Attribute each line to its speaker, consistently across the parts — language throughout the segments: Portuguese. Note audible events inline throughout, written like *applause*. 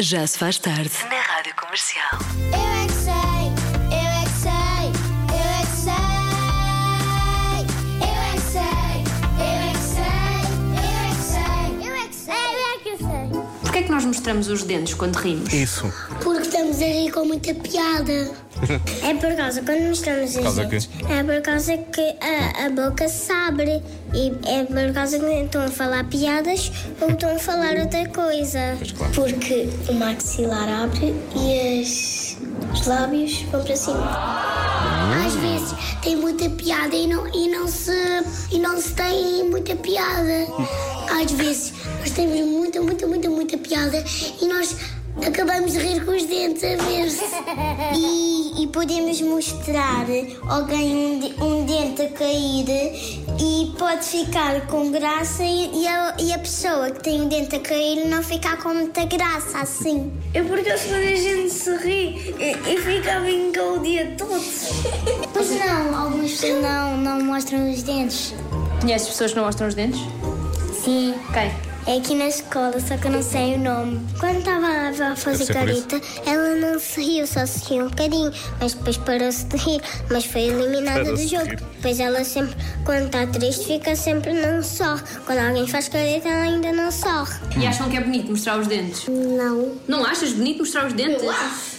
Speaker 1: Já se faz tarde.
Speaker 2: na Rádio Comercial.
Speaker 3: Eu é que sei, eu é que sei, eu é que sei. Eu é que sei, eu é que sei, eu é que sei. Eu é que sei, eu é que sei.
Speaker 4: Porquê é que nós mostramos os dentes quando rimos?
Speaker 5: Isso.
Speaker 3: Porque estamos a rir com muita piada. É por causa quando mostramos os
Speaker 5: causa quê?
Speaker 3: dentes. É por causa que a, a boca se abre. E é por causa que estão a falar piadas ou estão a falar outra coisa.
Speaker 5: claro.
Speaker 3: Porque o maxilar abre e as- os lábios vão para cima. Às vezes tem muita piada e não, e não, se, e não se tem muita piada. Às vezes nós temos muita, muita, muita, muita piada e nós acabamos de rir com os dentes a ver-se. E, e podemos mostrar alguém um, de- um dente a cair e pode ficar com graça e, e a, e a pessoa que tem o dente a cair não ficar com muita graça assim.
Speaker 6: É porque eles fazem a gente se rir e, e fica a brincar o dia todo.
Speaker 3: Pois não, algumas pessoas não, não mostram os dentes.
Speaker 4: Conheces pessoas que não mostram os dentes?
Speaker 3: Sim.
Speaker 4: Quem?
Speaker 3: É aqui na escola, só que eu não sei o nome. Quando estava a avó a fazer
Speaker 5: ser por isso.
Speaker 3: careta, ela não se riu, só se riu um bocadinho. Mas depois parou-se de rir, mas foi eliminada do
Speaker 5: Parou-se de
Speaker 3: jogo.
Speaker 5: rir.
Speaker 3: Depois ela sempre, quando está triste, fica sempre não só. Quando alguém faz careta, ela ainda não sorre.
Speaker 4: E acham que é bonito mostrar os dentes?
Speaker 3: Não.
Speaker 4: Não achas bonito mostrar os dentes?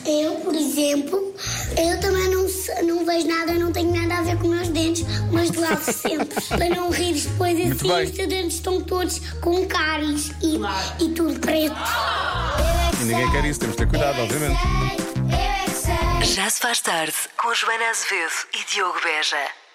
Speaker 3: Eu, por exemplo, eu também não, se- não vejo nada, não tenho nada a ver com meus dentes, mas de lado
Speaker 5: *laughs*
Speaker 3: sempre. para não rir depois assim,
Speaker 5: bem.
Speaker 3: os teus dentes estão todos com cáries e, e tudo preto.
Speaker 5: E ninguém quer isso, temos de ter cuidado, obviamente.
Speaker 3: Eu é que sei.
Speaker 2: Já se faz tarde com Joana Azevedo e Diogo Beja.